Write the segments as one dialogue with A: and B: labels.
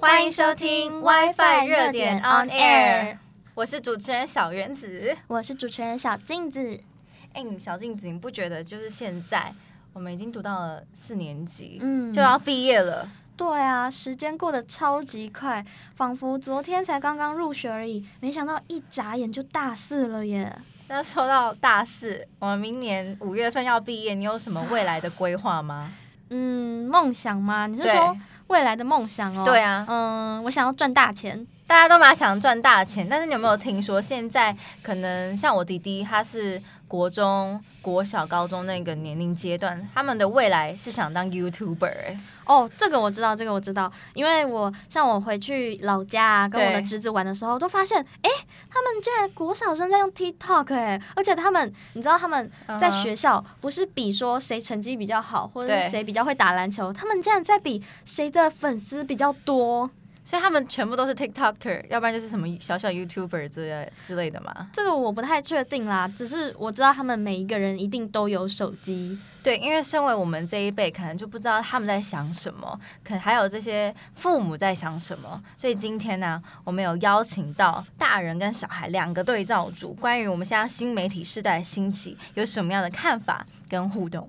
A: 欢迎收听 WiFi 热点 On Air，我是主持人小原子。
B: 我是主持人小镜子。
A: 哎、你小镜子，你不觉得就是现在我们已经读到了四年级，
B: 嗯
A: 就要毕业了？
B: 对啊，时间过得超级快，仿佛昨天才刚刚入学而已，没想到一眨眼就大四了耶。
A: 那说到大四，我们明年五月份要毕业，你有什么未来的规划吗？
B: 嗯，梦想吗？你是说未来的梦想哦？
A: 对啊
B: 嗯，我想要赚大钱。
A: 大家都蛮想赚大钱，但是你有没有听说，现在可能像我弟弟，他是国中、国小、高中那个年龄阶段，他们的未来是想当 YouTuber 哎、
B: 哦，这个我知道，这个我知道，因为我像我回去老家、啊、跟我的
A: 对
B: 侄子玩的时候，都发现，哎，他们居然国小生在用 TikTok 哎、而且他们，你知道他们在
A: 嗯哼
B: 学校不是比说谁成绩比较好，或者
A: 对
B: 是谁比较会打篮球，他们竟然在比谁的粉丝比较多。
A: 所以他们全部都是 TikToker，要不然就是什么小小 YouTuber 之类之类的嘛。
B: 这个我不太确定啦，只是我知道他们每一个人一定都有手机。
A: 对，因为身为我们这一辈，可能就不知道他们在想什么，可能还有这些父母在想什么。所以今天呢、我们有邀请到大人跟小孩两个对照组，关于我们现在新媒体时代的兴起有什么样的看法跟互动。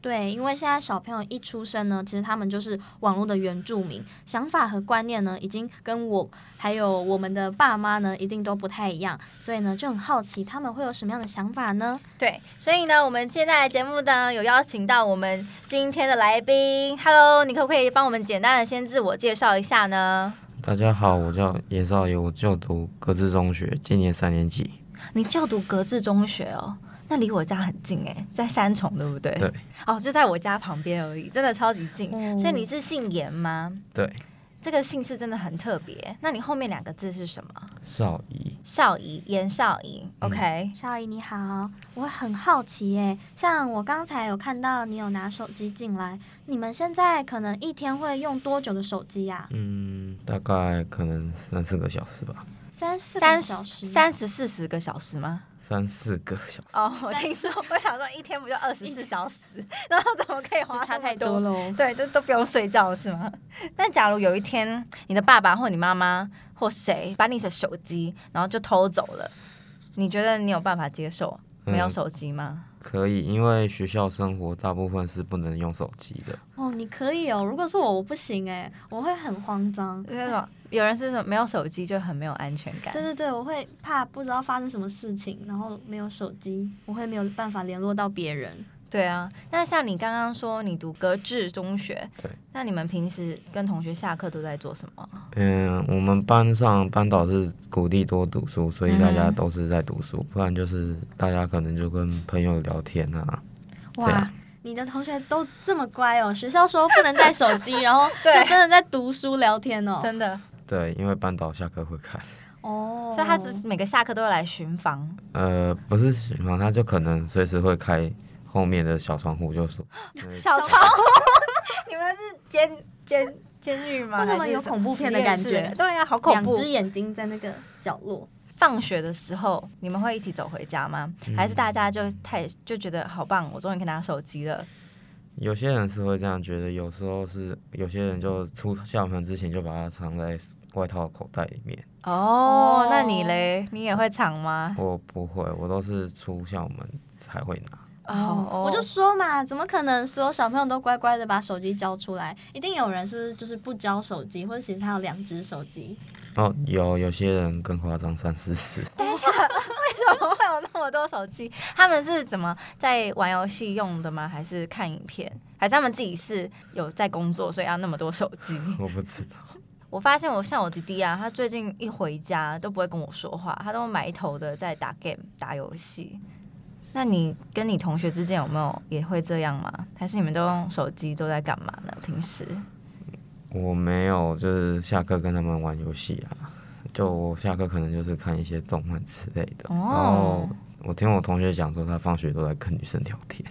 B: 对，因为现在小朋友一出生呢，其实他们就是网络的原住民，想法和观念呢，已经跟我还有我们的爸妈呢，一定都不太一样，所以呢，就很好奇他们会有什么样的想法呢？
A: 对，所以呢，我们现在的节目呢有邀请到我们今天的来宾，Hello，你可不可以帮我们简单的先自我介绍一下呢？
C: 大家好，我叫野少爷，我就读格致中学，今年三年级。
A: 你就读格致中学哦，那离我家很近哎，在三重对不对？
C: 对。
A: 哦，就在我家旁边而已，真的超级近。
B: 哦
A: 所以你是姓严吗？
C: 对，
A: 这个姓氏真的很特别。那你后面两个字是什么？
C: 少仪，
A: 少仪，严少仪。
C: 嗯
A: OK，、
B: 少姨你好，我很好奇耶，像我刚才有看到你有拿手机进来，你们现在可能一天会用多久的手机呀、
C: 嗯，大概可能三四个小时吧，
B: 三四
A: 三
B: 个
A: 十
B: 小时，
A: 三十四十个小时吗？
C: 三四个小时。
A: 哦，我听说，我想说一天不就二十四小 时，然后怎么可以花
B: 就差
A: 那么
B: 太多了哦。
A: 对，就都不用睡觉是吗？ 那假如有一天你的爸爸或你妈妈或谁把你的手机，然后就偷走了，你觉得你有办法接受没有
C: 嗯
A: 手机吗？
C: 可以，因为学校生活大部分是不能用手机的。
B: 哦，你可以哦。如果是我，我不行哎，我会很慌张。
A: 那种有人是说没有手机就很没有安全感
B: 对。对对，我会怕不知道发生什么事情，然后没有手机，我会没有办法联络到别人。
A: 对啊，那像你刚刚说你读格致中学
C: 对，
A: 那你们平时跟同学下课都在做什么？
C: 嗯，我们班上班导是鼓励多读书，所以大家
A: 嗯
C: 都是在读书，不然就是大家可能就跟朋友聊天啊。对
B: 哇
C: 啊，
B: 你的同学都这么乖哦，学校说不能带手机，然后 就
A: 对
B: 真的在读书聊天哦。
A: 真的，
C: 对，因为班导下课会看。
B: 哦，
A: 所以他就是每个下课都会来巡房。
C: 呃，不是喜欢，他就可能随时会开后面的小窗户，就说嗯
A: 小窗，你们是监监监狱吗？
B: 为什么
A: 还是
B: 有
A: 什么
B: 恐怖片的感觉
A: 实验室对啊，好恐
B: 两
A: 怖。
B: 只眼睛在那个角落。
A: 放学的时候，你们会一起走回家吗？还是大家就太就觉得好棒，我终于可以拿手机了？
C: 有些人是会这样觉得，有时候是有些人就出校门之前就把它藏在外套口袋里面。
A: 哦
B: 哦，
A: 那你嘞，你也会抢吗？
C: 我不会，我都是出校门才会拿。
A: 哦，
B: 嗯 我就说嘛，怎么可能所有小朋友都乖乖的把手机交出来？一定有人是不是就是不交手机，或者其实他有两只手机？
C: 哦，有有些人更夸张，三四十。
A: 等一下，为什么会有那么多手机？他们是怎么在玩游戏用的吗？还是看影片？还是他们自己是有在工作，所以要那么多手机？
C: 我不知道，
A: 我发现我像我弟弟啊，他最近一回家都不会跟我说话，他都埋头的在打 game 打游戏。那你跟你同学之间有没有也会这样吗？还是你们都用手机都在干嘛呢？平时
C: 我没有就是下课跟他们玩游戏啊，就我下课可能就是看一些动漫之类的。然
A: 哦
C: 后我听我同学讲说，他放学都在跟女生聊天。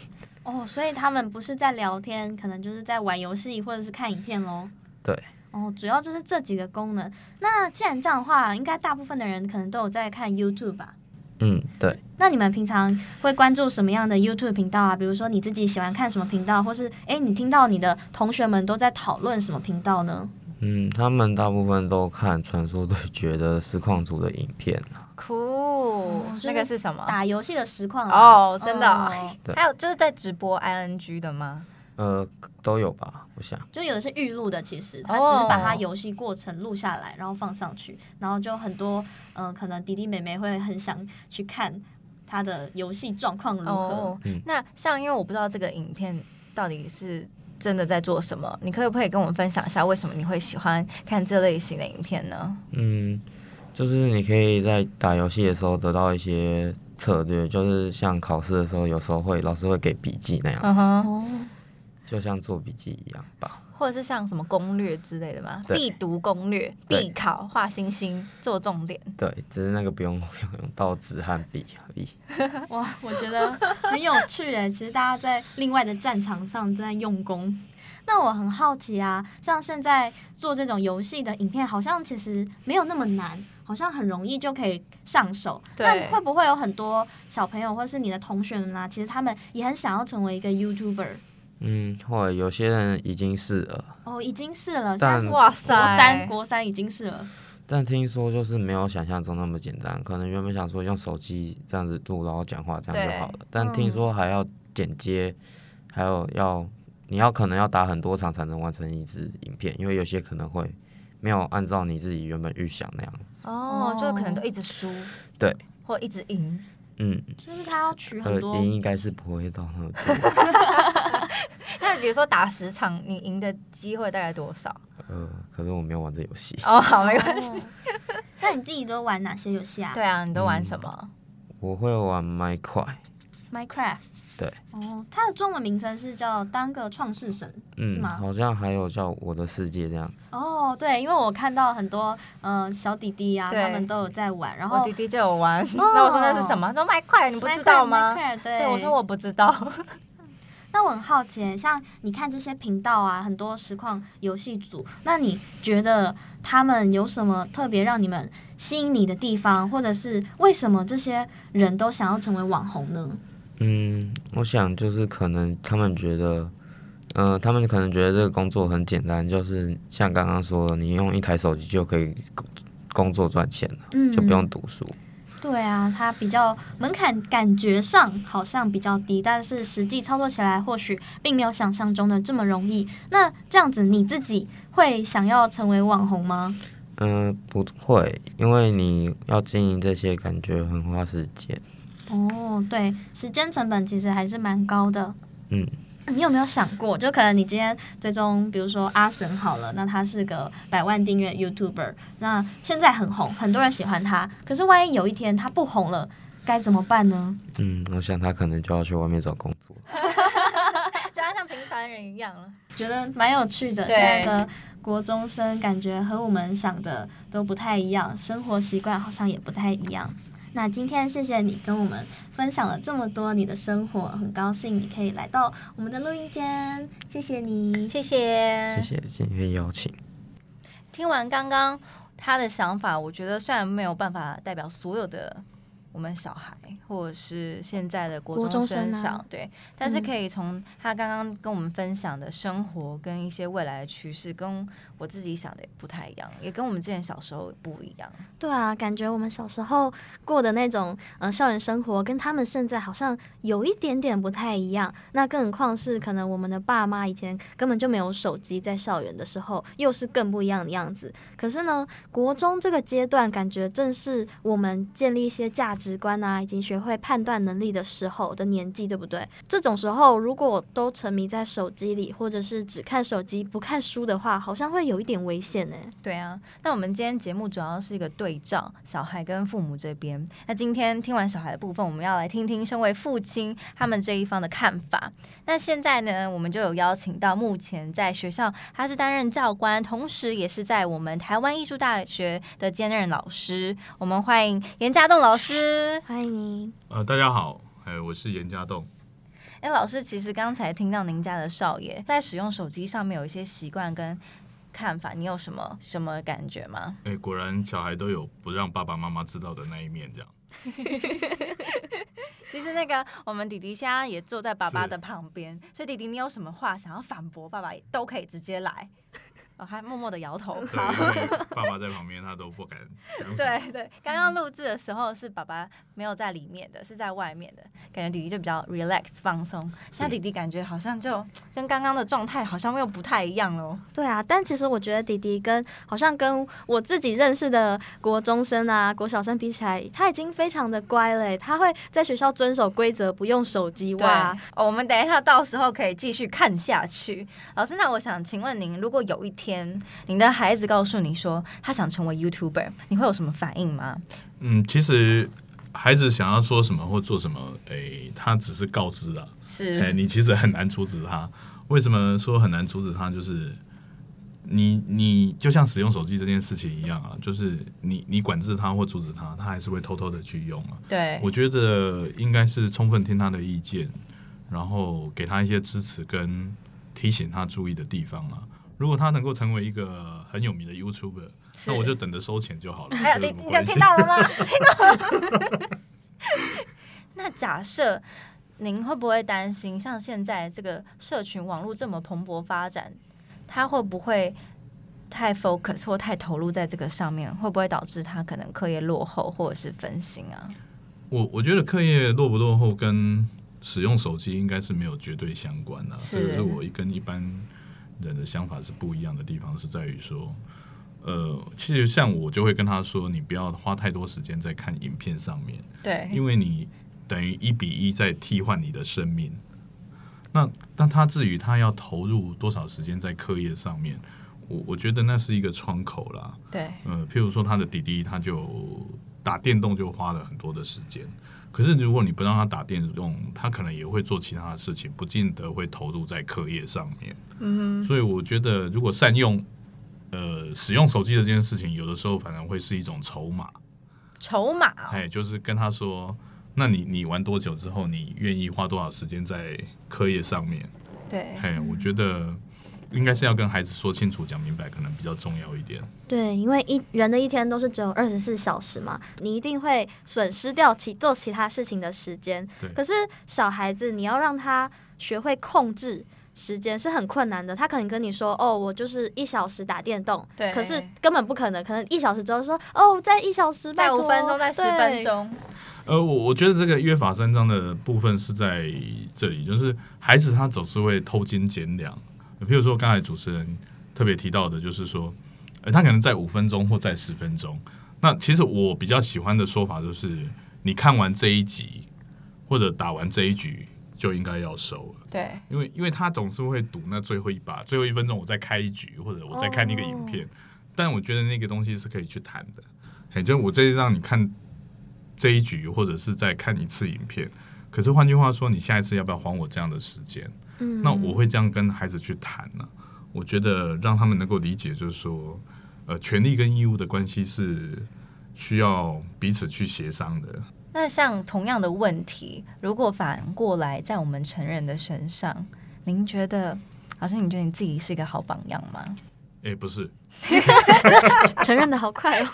B: 哦，所以他们不是在聊天，可能就是在玩游戏或者是看影片喽。
C: 对。
B: 哦，主要就是这几个功能。那既然这样的话，应该大部分的人可能都有在看 YouTube 吧？
C: 嗯，对，
B: 那你们平常会关注什么样的 YouTube 频道啊？比如说你自己喜欢看什么频道，或是诶，你听到你的同学们都在讨论什么频道呢？
C: 嗯，他们大部分都看《传说对决》的实况组的影片啊，
A: 酷
B: 哦，就是
A: 那个是什么？
B: 打游戏的实况啊
A: 啊哦，真的哦。
B: 哦
C: 对
A: 还有就是在直播 ING 的吗？
C: 呃，都有吧，我想。
B: 就有的是预录的，其实他
A: 哦
B: 只是把他游戏过程录下来，然后放上去，然后就很多嗯、呃可能弟弟妹妹会很想去看他的游戏状况如何。
A: 哦
C: 嗯，
A: 那像因为我不知道这个影片到底是真的在做什么，你可不可以跟我们分享一下为什么你会喜欢看这类型的影片呢？
C: 嗯，就是你可以在打游戏的时候得到一些策略，就是像考试的时候，有时候会老师会给笔记那样子，
A: 嗯哼，
B: 哦，
C: 就像做笔记一样吧。
A: 或者是像什么攻略之类的吗？
C: 对
A: 必读攻略、
C: 对
A: 必考、画星星、做重点。
C: 对，只是那个不用用到纸和笔而已。
B: 哇，我觉得很有趣哎！其实大家在另外的战场上正在用功。那我很好奇啊，像现在做这种游戏的影片，好像其实没有那么难，好像很容易就可以上手。
A: 对
B: 那会不会有很多小朋友或是你的同学们啊，其实他们也很想要成为一个 YouTuber？
C: 嗯，或者有些人已经是了，
B: 哦，已经是了，现在
C: 但
B: 是国
A: 哇塞，
B: 三，国三已经是了。
C: 但听说就是没有想象中那么简单，可能原本想说用手机这样子录，然后讲话这样就好了，但
B: 嗯
C: 听说还要剪接，还有要你要可能要打很多场才能完成一支影片，因为有些可能会没有按照你自己原本预想那样子。
A: 哦，就可能都一直输，
C: 对，
A: 或一直赢。
C: 嗯，
B: 就是他要取
C: 呃
B: 很，多，
C: 赢应该是不会到那么多，
A: 那比如说打十场，你赢的机会大概多少？
C: 呃，可是我没有玩这游戏，
A: 哦，好，没关系。
B: 系。那你自己都玩哪些游戏啊？
A: 对啊，你都玩什么？
C: 我会玩麦块，
B: Minecraft。
C: 对。
B: 哦，它的中文名称是叫《当个创世神》，是
C: 嗯，
B: 吗？
C: 好像还有叫我的世界这样子，
B: 哦，对，因为我看到很多嗯、呃小弟弟啊，
A: 对
B: 他们都有在玩，然
A: 我
B: 后
A: 弟弟就有玩，那我说那是什么？他说麦哦块，你不知道吗？
B: Minecraft，Minecraft，对，
A: 对，我说我不知道。
B: 那我很好奇，像你看这些频道啊，很多实况游戏组，那你觉得他们有什么特别让你们吸引你的地方，或者是为什么这些人都想要成为网红呢？
C: 嗯，我想就是可能他们觉得，呃，他们可能觉得这个工作很简单，就是像刚刚说的，你用一台手机就可以工工作赚钱了，
B: 嗯，
C: 就不用读书。
B: 对啊，它比较门槛感觉上好像比较低，但是实际操作起来或许并没有想象中的这么容易。那这样子你自己会想要成为网红吗？
C: 嗯、不会，因为你要经营这些，感觉很花时间。
B: 哦，对，时间成本其实还是蛮高的。
C: 嗯，
B: 你有没有想过，就可能你今天最终，比如说阿神好了，那他是个百万订阅 YouTuber，那现在很红，很多人喜欢他，可是万一有一天他不红了，该怎么办呢？
C: 嗯，我想他可能就要去外面找工作。
A: 就要像平凡人一样了。
B: 觉得蛮有趣的。
A: 对
B: 现在的国中生感觉和我们想的都不太一样，生活习惯好像也不太一样。那今天谢谢你跟我们分享了这么多你的生活，很高兴你可以来到我们的录音间，谢谢你。
A: 谢谢，
C: 谢谢今天邀请。
A: 听完刚刚他的想法，我觉得虽然没有办法代表所有的我们小孩，或者是现在的国
B: 国中
A: 中
B: 生啊
A: 生想、对，但是可以从他刚刚跟我们分享的生活跟一些未来的趋势，跟我自己想的也不太一样，也跟我们之前小时候不一样。
B: 对啊，感觉我们小时候过的那种呃校园生活，跟他们现在好像有一点点不太一样。那更何况是可能我们的爸妈以前根本就没有手机，在校园的时候又是更不一样的样子。可是呢，国中这个阶段，感觉正是我们建立一些价值观啊，已经学会判断能力的时候的年纪，对不对？这种时候如果都沉迷在手机里，或者是只看手机不看书的话，好像会有一点危险呢、
A: 对啊，那我们今天节目主要是一个对照小孩跟父母这边。那今天听完小孩的部分，我们要来听听身为父亲他们这一方的看法。那现在呢，我们就有邀请到目前在学校他是担任教官，同时也是在我们台湾艺术大学的兼任老师。我们欢迎严家栋老师。
B: 欢迎你。
D: 呃，大家好，哎，我是严家栋。
A: 哎，老师，其实刚才听到您家的少爷在使用手机上面有一些习惯跟看法，你有什么什么感觉吗？
D: 哎，果然小孩都有不让爸爸妈妈知道的那一面，这样。
A: 其实那个我们弟弟现在也坐在爸爸的旁边，所以弟弟你有什么话想要反驳爸爸，都可以直接来。哦，他默默的摇头。
D: 对，因为爸爸在旁边，他都不敢讲什 么。
A: 对对，刚刚录制的时候是爸爸没有在里面的，是在外面的，感觉弟弟就比较 relax 放松。现在弟弟感觉好像就跟刚刚的状态好像又不太一样喽。
B: 对啊，但其实我觉得弟弟跟好像跟我自己认识的国中生啊、国小生比起来，他已经非常的乖了耶。欸他会在学校遵守规则，不用手机
A: 对
B: 哇。，
A: 哦我们等一下到时候可以继续看下去。老师，那我想请问您，如果有一天您的孩子告诉你说他想成为 YouTuber，你会有什么反应吗？
D: 嗯，其实孩子想要说什么或做什么，诶，他只是告知啊，
A: 是
D: 哎、你其实很难阻止他。为什么说很难阻止他？就是你你就像使用手机这件事情一样啊，就是你你管制他或阻止他，他还是会偷偷的去用啊。
A: 对
D: 我觉得应该是充分听他的意见，然后给他一些支持跟提醒他注意的地方啊。如果他能够成为一个很有名的 YouTuber，
A: 是
D: 那我就等着收钱就好了。
A: 还有
D: 这
A: 哎
D: 有
A: 你，
D: 什
A: 你
D: 么
A: 有
D: 关系
A: 听到了吗？听到了。 那假设您会不会担心，像现在这个社群网络这么蓬勃发展，他会不会太 focus 或太投入在这个上面，会不会导致他可能课业落后或者是分心啊？
D: 我我觉得课业落不落后跟使用手机应该是没有绝对相关的、啊，
A: 是
D: 这个是我跟一般人的想法是不一样的地方，是在于说，呃，其实像我就会跟他说，你不要花太多时间在看影片上面，
A: 对，
D: 因为你等于一比一在替换你的生命。那但他至于他要投入多少时间在课业上面，我我觉得那是一个窗口啦，
A: 对，
D: 呃，譬如说他的弟弟，他就打电动就花了很多的时间。可是如果你不让他打电动，他可能也会做其他的事情，不见得会投入在课业上面。嗯，所以我觉得如果善用。呃，使用手机的这件事情，有的时候反而会是一种筹码，
A: 筹码哦、
D: 哎、就是跟他说，那你你玩多久之后，你愿意花多少时间在课业上面？
A: 对，
D: 哎、我觉得应该是要跟孩子说清楚、讲明白，可能比较重要一点。
B: 对，因为一人的一天都是只有二十四小时嘛，你一定会损失掉其做其他事情的时间
D: 对。
B: 可是小孩子，你要让他学会控制时间是很困难的。他可能跟你说：“哦，我就是一小时打电动。”
A: 对
B: 可是根本不可能，可能一小时之后说：“哦，在一小时，
A: 在
B: 拜托
A: 五分钟，在十分。钟，
D: 呃，我我觉得这个约法三章的部分是在这里，就是孩子他总是会偷斤减两。比如说刚才主持人特别提到的，就是说，呃，他可能在五分钟或在十分钟。那其实我比较喜欢的说法就是，你看完这一集或者打完这一局就应该要收了。
A: 对，
D: 因为因为他总是会赌那最后一把，最后一分钟我再开一局，或者我再看一个影片。但我觉得那个东西是可以去谈的，也就是我这一让你看这一局，或者是再看一次影片。可是换句话说，你下一次要不要还我这样的时间？
B: 嗯
D: 那我会这样跟孩子去谈呢、我觉得让他们能够理解，就是说，呃，权利跟义务的关系是需要彼此去协商的。
A: 那像同样的问题，如果反过来在我们成人的身上，您觉得，老师，你觉得你自己是一个好榜样吗？
D: 诶，不是，
B: 承认的好快哦。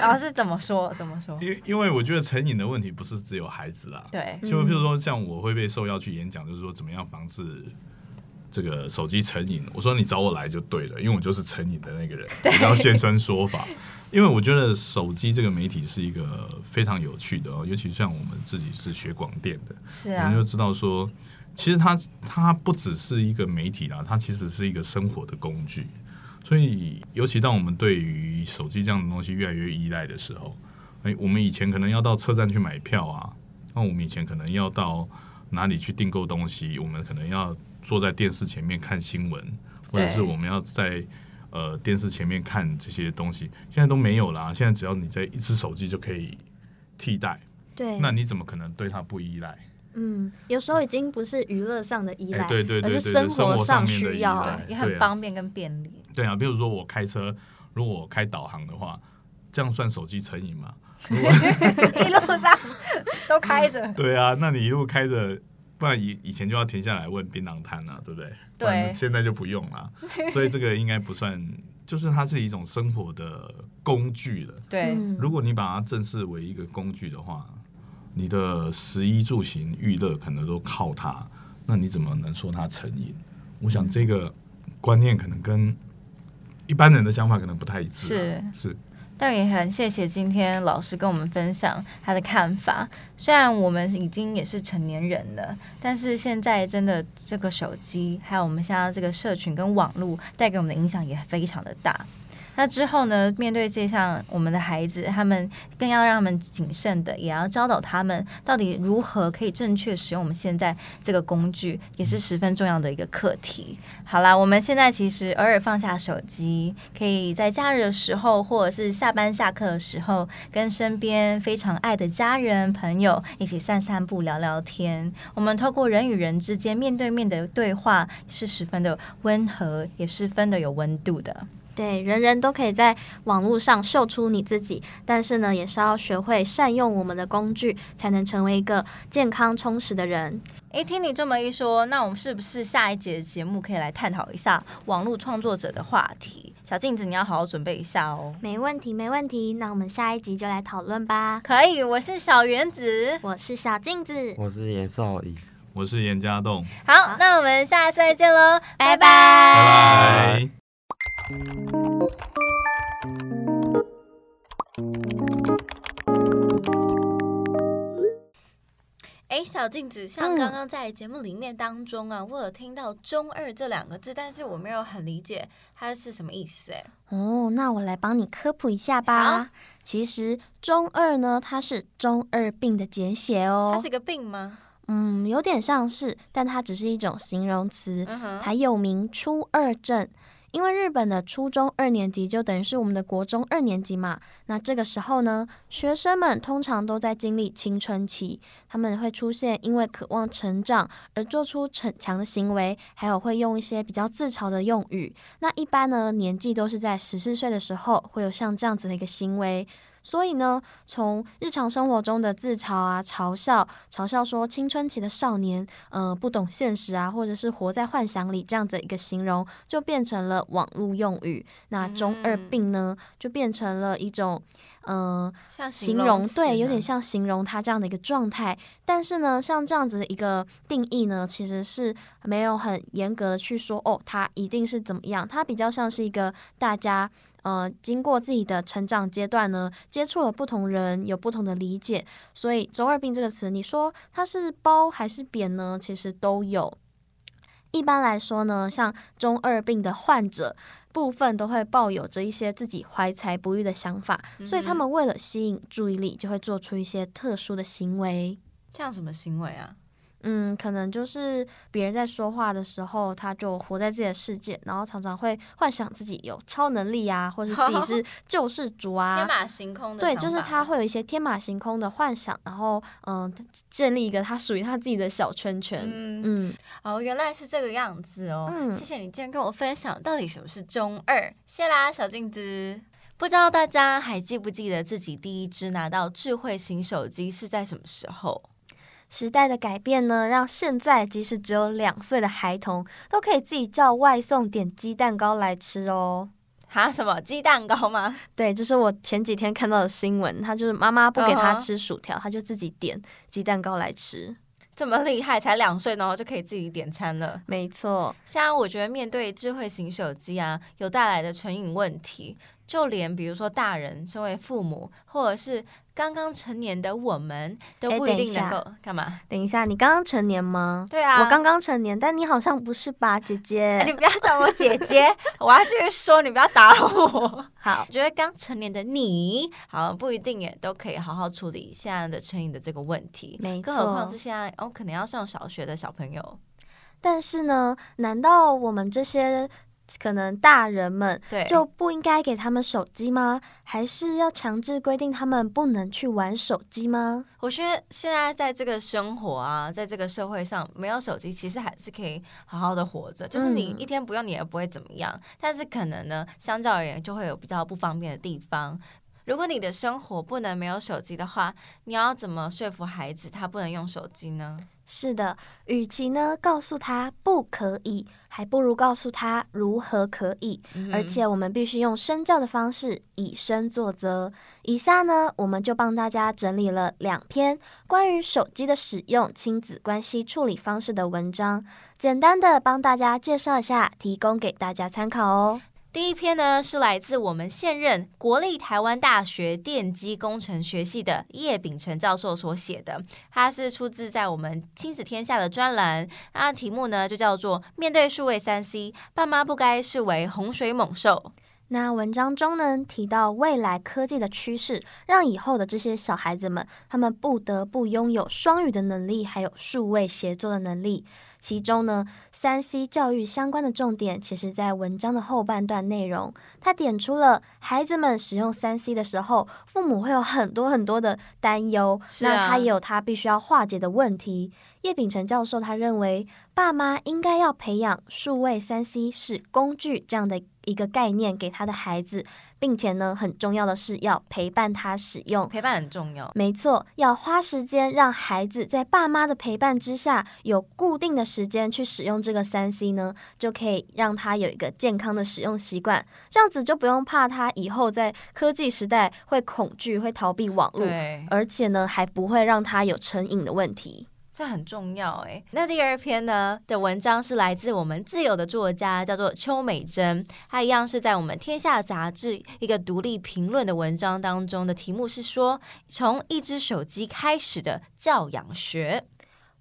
A: 老师怎么说？怎么说？
D: 因因为我觉得成瘾的问题不是只有孩子啦，
A: 对，
D: 就譬如说，像我会被受邀去演讲，就是说怎么样防治这个手机成瘾。我说你找我来就对了，因为我就是成瘾的那个人，我要现身说法。因为我觉得手机这个媒体是一个非常有趣的哦，尤其像我们自己是学广电的，
A: 是
D: 我
A: 啊
D: 们，就知道说，其实它它不只是一个媒体啦，它其实是一个生活的工具。所以，尤其当我们对于手机这样的东西越来越依赖的时候，哎，我们以前可能要到车站去买票啊，那我们以前可能要到哪里去订购东西，我们可能要坐在电视前面看新闻，或者是
A: 对
D: 我们要在呃电视前面看这些东西，现在都没有啦。现在只要你在一只手机就可以替代，
A: 嗯
B: 对，
D: 那你怎么可能对它不依赖？
B: 嗯，有时候已经不是娱乐上的依
D: 哎
B: 赖，
D: 对对对
B: 而是
D: 对对
B: 生
D: 生活上
B: 上
D: 面的
B: 需
D: 依
B: 要。
D: 赖
A: 对，也
D: 对
A: 很
D: 啊
A: 方便跟便利。
D: 对啊，比如说我开车，如果我开导航的话，这样算手机成瘾吗？如果，
A: 一路上都开着
D: 对啊，那你一路开着，不然以以前就要停下来问槟榔摊啊，对不对？不然
A: 对
D: 现在就不用啦。所以这个应该不算就是它是一种生活的工具了。
A: 对，
B: 嗯
D: 如果你把它正视为一个工具的话，你的食衣住行娱乐可能都靠它，那你怎么能说它成瘾？我想这个观念可能跟一般人的想法可能不太一致啊、是
A: 但也很谢谢今天老师跟我们分享他的看法。虽然我们已经也是成年人了，但是现在真的这个手机，还有我们现在这个社群跟网络带给我们的影响也非常的大。那之后呢，面对这项我们的孩子，他们更要让他们谨慎的，也要教导他们到底如何可以正确使用我们现在这个工具，也是十分重要的一个课题。好啦，我们现在其实偶尔放下手机，可以在假日的时候，或者是下班下课的时候，跟身边非常爱的家人、朋友一起散散步、聊聊天。我们透过人与人之间面对面的对话，是十分的温和，也十分的有温度的。
B: 对，人人都可以在网络上秀出你自己，但是呢，也是要学会善用我们的工具，才能成为一个健康充实的人。
A: 诶，听你这么一说，那我们是不是下一节节目可以来探讨一下网络创作者的话题？小镜子，你要好好准备一下哦。
B: 没问题，没问题。那我们下一集就来讨论吧。
A: 可以，我是小原子。
B: 我是小镜子，
C: 我是严少仪，
D: 我是严家栋，
A: 好，那我们下次再见喽，拜
B: 拜
A: 拜
B: 拜。
D: 拜拜。
A: 哎，小镜子，像刚刚在节目里面当中啊，我有听到“中二”这两个字，但是我没有很理解它是什么意思。哎，
B: 哦，那我来帮你科普一下吧。其实中二呢，它是中二病的简写哦。
A: 它是个病吗？
B: 嗯，有点像是，但它只是一种形容词，
A: 嗯哼，
B: 它又名初二症。因为日本的初中二年级就等于是我们的国中二年级嘛，那这个时候呢，学生们通常都在经历青春期，他们会出现因为渴望成长而做出逞强的行为，还有会用一些比较自嘲的用语。那一般呢，年纪都是在十四岁的时候会有像这样子的一个行为。所以呢，从日常生活中的自嘲啊、嘲笑、嘲笑说青春期的少年，呃，不懂现实啊，或者是活在幻想里这样的一个形容，就变成了网络用语。那中二
A: 嗯
B: 病呢，就变成了一种，嗯、
A: 像
B: 形
A: 容
B: 容对，有点
A: 像。
B: 像形容他这样的一个状态。但是呢，像这样子的一个定义呢，其实是没有很严格的去说哦，他一定是怎么样，他比较像是一个大家。呃，经过自己的成长阶段呢，接触了不同人，有不同的理解，所以“中二病”这个词，你说它是褒还是贬呢？其实都有。一般来说呢，像中二病的患者，部分都会抱有着一些自己怀才不遇的想法，所以他们为了吸引注意力，就会做出一些特殊的行为。
A: 像什么行为啊？
B: 嗯，可能就是别人在说话的时候，他就活在自己的世界，然后常常会幻想自己有超能力啊，或是自己 是救世主
A: 天
B: 啊。
A: 马行空的
B: 对，
A: 想
B: 就是
A: 法啊
B: 他会有一些天马行空的幻想，然后嗯、建立一个他属于他自己的小圈圈。
A: 嗯，
B: 嗯，
A: 哦，原来是这个样子哦。
B: 嗯
A: 谢谢你今天跟我分享到底什么是中二，谢啦，小镜子。不知道大家还记不记得自己第一支拿到智慧型手机是在什么时候？
B: 时代的改变呢，让现在即使只有两岁的孩童，都可以自己叫外送点鸡蛋糕来吃哦。
A: 哈，什么鸡蛋糕吗？
B: 对，这是我前几天看到的新闻，他就是妈妈不给
A: 嗯
B: 他
A: 哼
B: 吃薯条，他就自己点鸡蛋糕来吃。
A: 这么厉害，才两岁，然后就可以自己点餐了。
B: 没错，
A: 现在我觉得面对智慧型手机啊，有带来的成瘾问题，就连比如说大人身为父母，或者是刚刚成年的我们，都
B: 哎
A: 不一
B: 等一
A: 定能
B: 下
A: 够干嘛？
B: 等一下，你刚刚成年吗？
A: 对啊，
B: 我刚刚成年，但你好像不是吧，姐
A: 哎你
B: 姐？
A: 不要叫我姐 姐，我要继续说，你不要打扰我。
B: 好，
A: 我觉得刚成年的你，好不一定也都可以好好处理现在的成瘾的这个问题，
B: 没
A: 更何况是
B: 错。
A: 现在哦，可能要上小学的小朋友，
B: 但是呢，难道我们这些可能大人们
A: 对，
B: 就不应该给他们手机吗？还是要强制规定他们不能去玩手机吗？
A: 我觉得现在在这个生活啊，在这个社会上，没有手机其实还是可以好好的活着。就是你
B: 嗯
A: 一天不用，你也不会怎么样。但是可能呢，相较而言就会有比较不方便的地方。如果你的生活不能没有手机的话，你要怎么说服孩子他不能用手机呢？
B: 是的，与其呢告诉他不可以，还不如告诉他如何可以。
A: 嗯
B: 而且我们必须用身教的方式，以身作则。以下呢，我们就帮大家整理了两篇关于手机的使用、亲子关系处理方式的文章，简单的帮大家介绍一下，提供给大家参考哦。
A: 第一篇呢是来自我们现任国立台湾大学电机工程学系的叶秉成教授所写的，它是出自在我们亲子天下的专栏，那题目呢就叫做“面对数位三 C，爸妈不该视为洪水猛兽
B: 那文章中呢提到未来科技的趋势，让以后的这些小孩子们，他们不得不拥有双语的能力，还有数位协作的能力。其中呢，三 C 教育相关的重点，其实在文章的后半段内容，他点出了孩子们使用三 C 的时候，父母会有很多很多的担忧，
A: 是啊
B: 那他也有他必须要化解的问题。叶秉成教授他认为，爸妈应该要培养数位三 C 是工具这样的一个概念给他的孩子，并且呢，很重要的是要陪伴他使”，用。
A: 陪伴很重要。
B: 没错，要花时间让孩子在爸妈的陪伴之下，有固定的时间去使用这个三 C 呢，就可以让他有一个健康的使用习惯。这样子就不用怕他以后在科技时代会恐惧、会逃避网络，
A: 对，
B: 而且呢，还不会让他有成瘾的问题。
A: 这很重要哎。那第二篇呢的文章是来自我们自由的作家，叫做邱美珍，她一样是在我们《天下》杂志一个独立评论的文章当中的题目是说，从一只手机开始的教养学。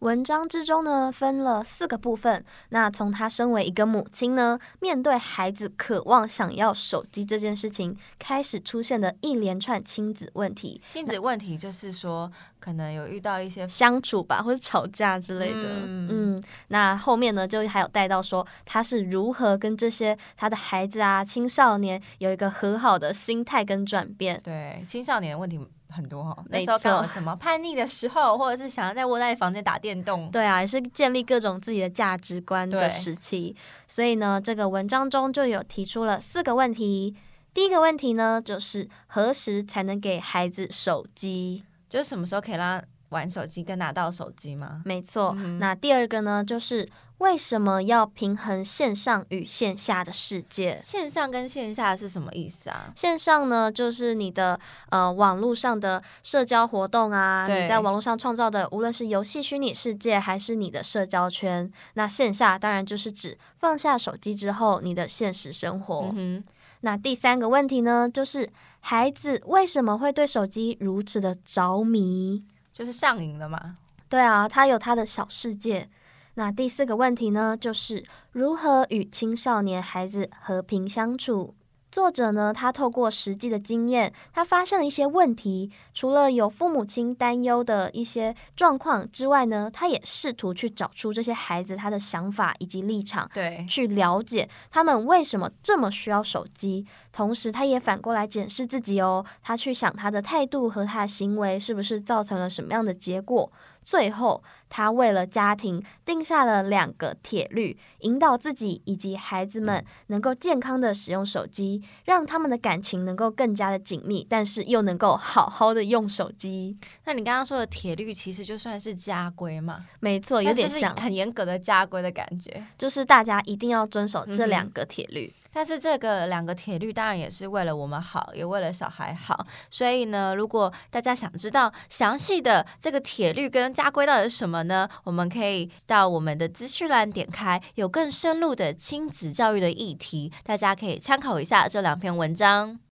B: 文章之中呢，分了四个部分。那从她身为一个母亲呢，面对孩子渴望想要手机这件事情，开始出现的一连串亲子问题、
A: 亲子问题就是说，可能有遇到一些
B: 相处吧，或者吵架之类的。
A: 嗯
B: 嗯那后面呢，就还有带到说她是如何跟这些她的孩子啊、青少年有一个和好的心态跟转变。
A: 对青少年的问题很多哈、哦，那
B: 没
A: 时候刚好
B: 错
A: 什么叛逆的时候，或者是想要在窝在房间打电动，
B: 对啊，也是建立各种自己的价值观
A: 对
B: 的时期。所以呢，这个文章中就有提出了四个问题。第一个问题呢，就是何时才能给孩子手机？
A: 就是什么时候可以让他玩手机跟拿到手机吗？
B: 没错。
A: 嗯
B: 那第二个呢，就是为什么要平衡线上与线下的世界？
A: 线上跟线下是什么意思啊？
B: 线上呢，就是你的呃网络上的社交活动啊，
A: 对
B: 你在网络上创造的，无论是游戏虚拟世界还是你的社交圈。那线下当然就是指放下手机之后你的现实生活。
A: 嗯哼，
B: 那第三个问题呢，就是孩子为什么会对手机如此的着迷？
A: 就是上瘾了嘛。
B: 对啊，他有他的小世界。那第四个问题呢，就是如何与青少年孩子和平相处。作者呢，他透过实际的经验，他发现了一些问题。除了有父母亲担忧的一些状况之外呢，他也试图去找出这些孩子他的想法以及立场，
A: 对，
B: 去了解他们为什么这么需要手机，同时他也反过来检视自己哦，他去想他的态度和他的行为是不是造成了什么样的结果。最后，他为了家庭定下了两个铁律，引导自己以及孩子们能够健康的使用手机，让他们的感情能够更加的紧密，但是又能够好好的用手机。
A: 那你刚刚说的铁律其实就算是家规嘛，
B: 没错，哦有点
A: 但是
B: 像，
A: 很严格的家规的感觉。
B: 就是大家一定要遵守这
A: 嗯哼
B: 两个铁律。
A: 但是这个两个铁律当然也是为了我们好，也为了小孩好。所以呢，如果大家想知道详细的这个铁律跟家规到底是什么呢，我们可以到我们的资讯栏点开，有更深入的亲子教育的议题，大家可以参考一下这两篇文章。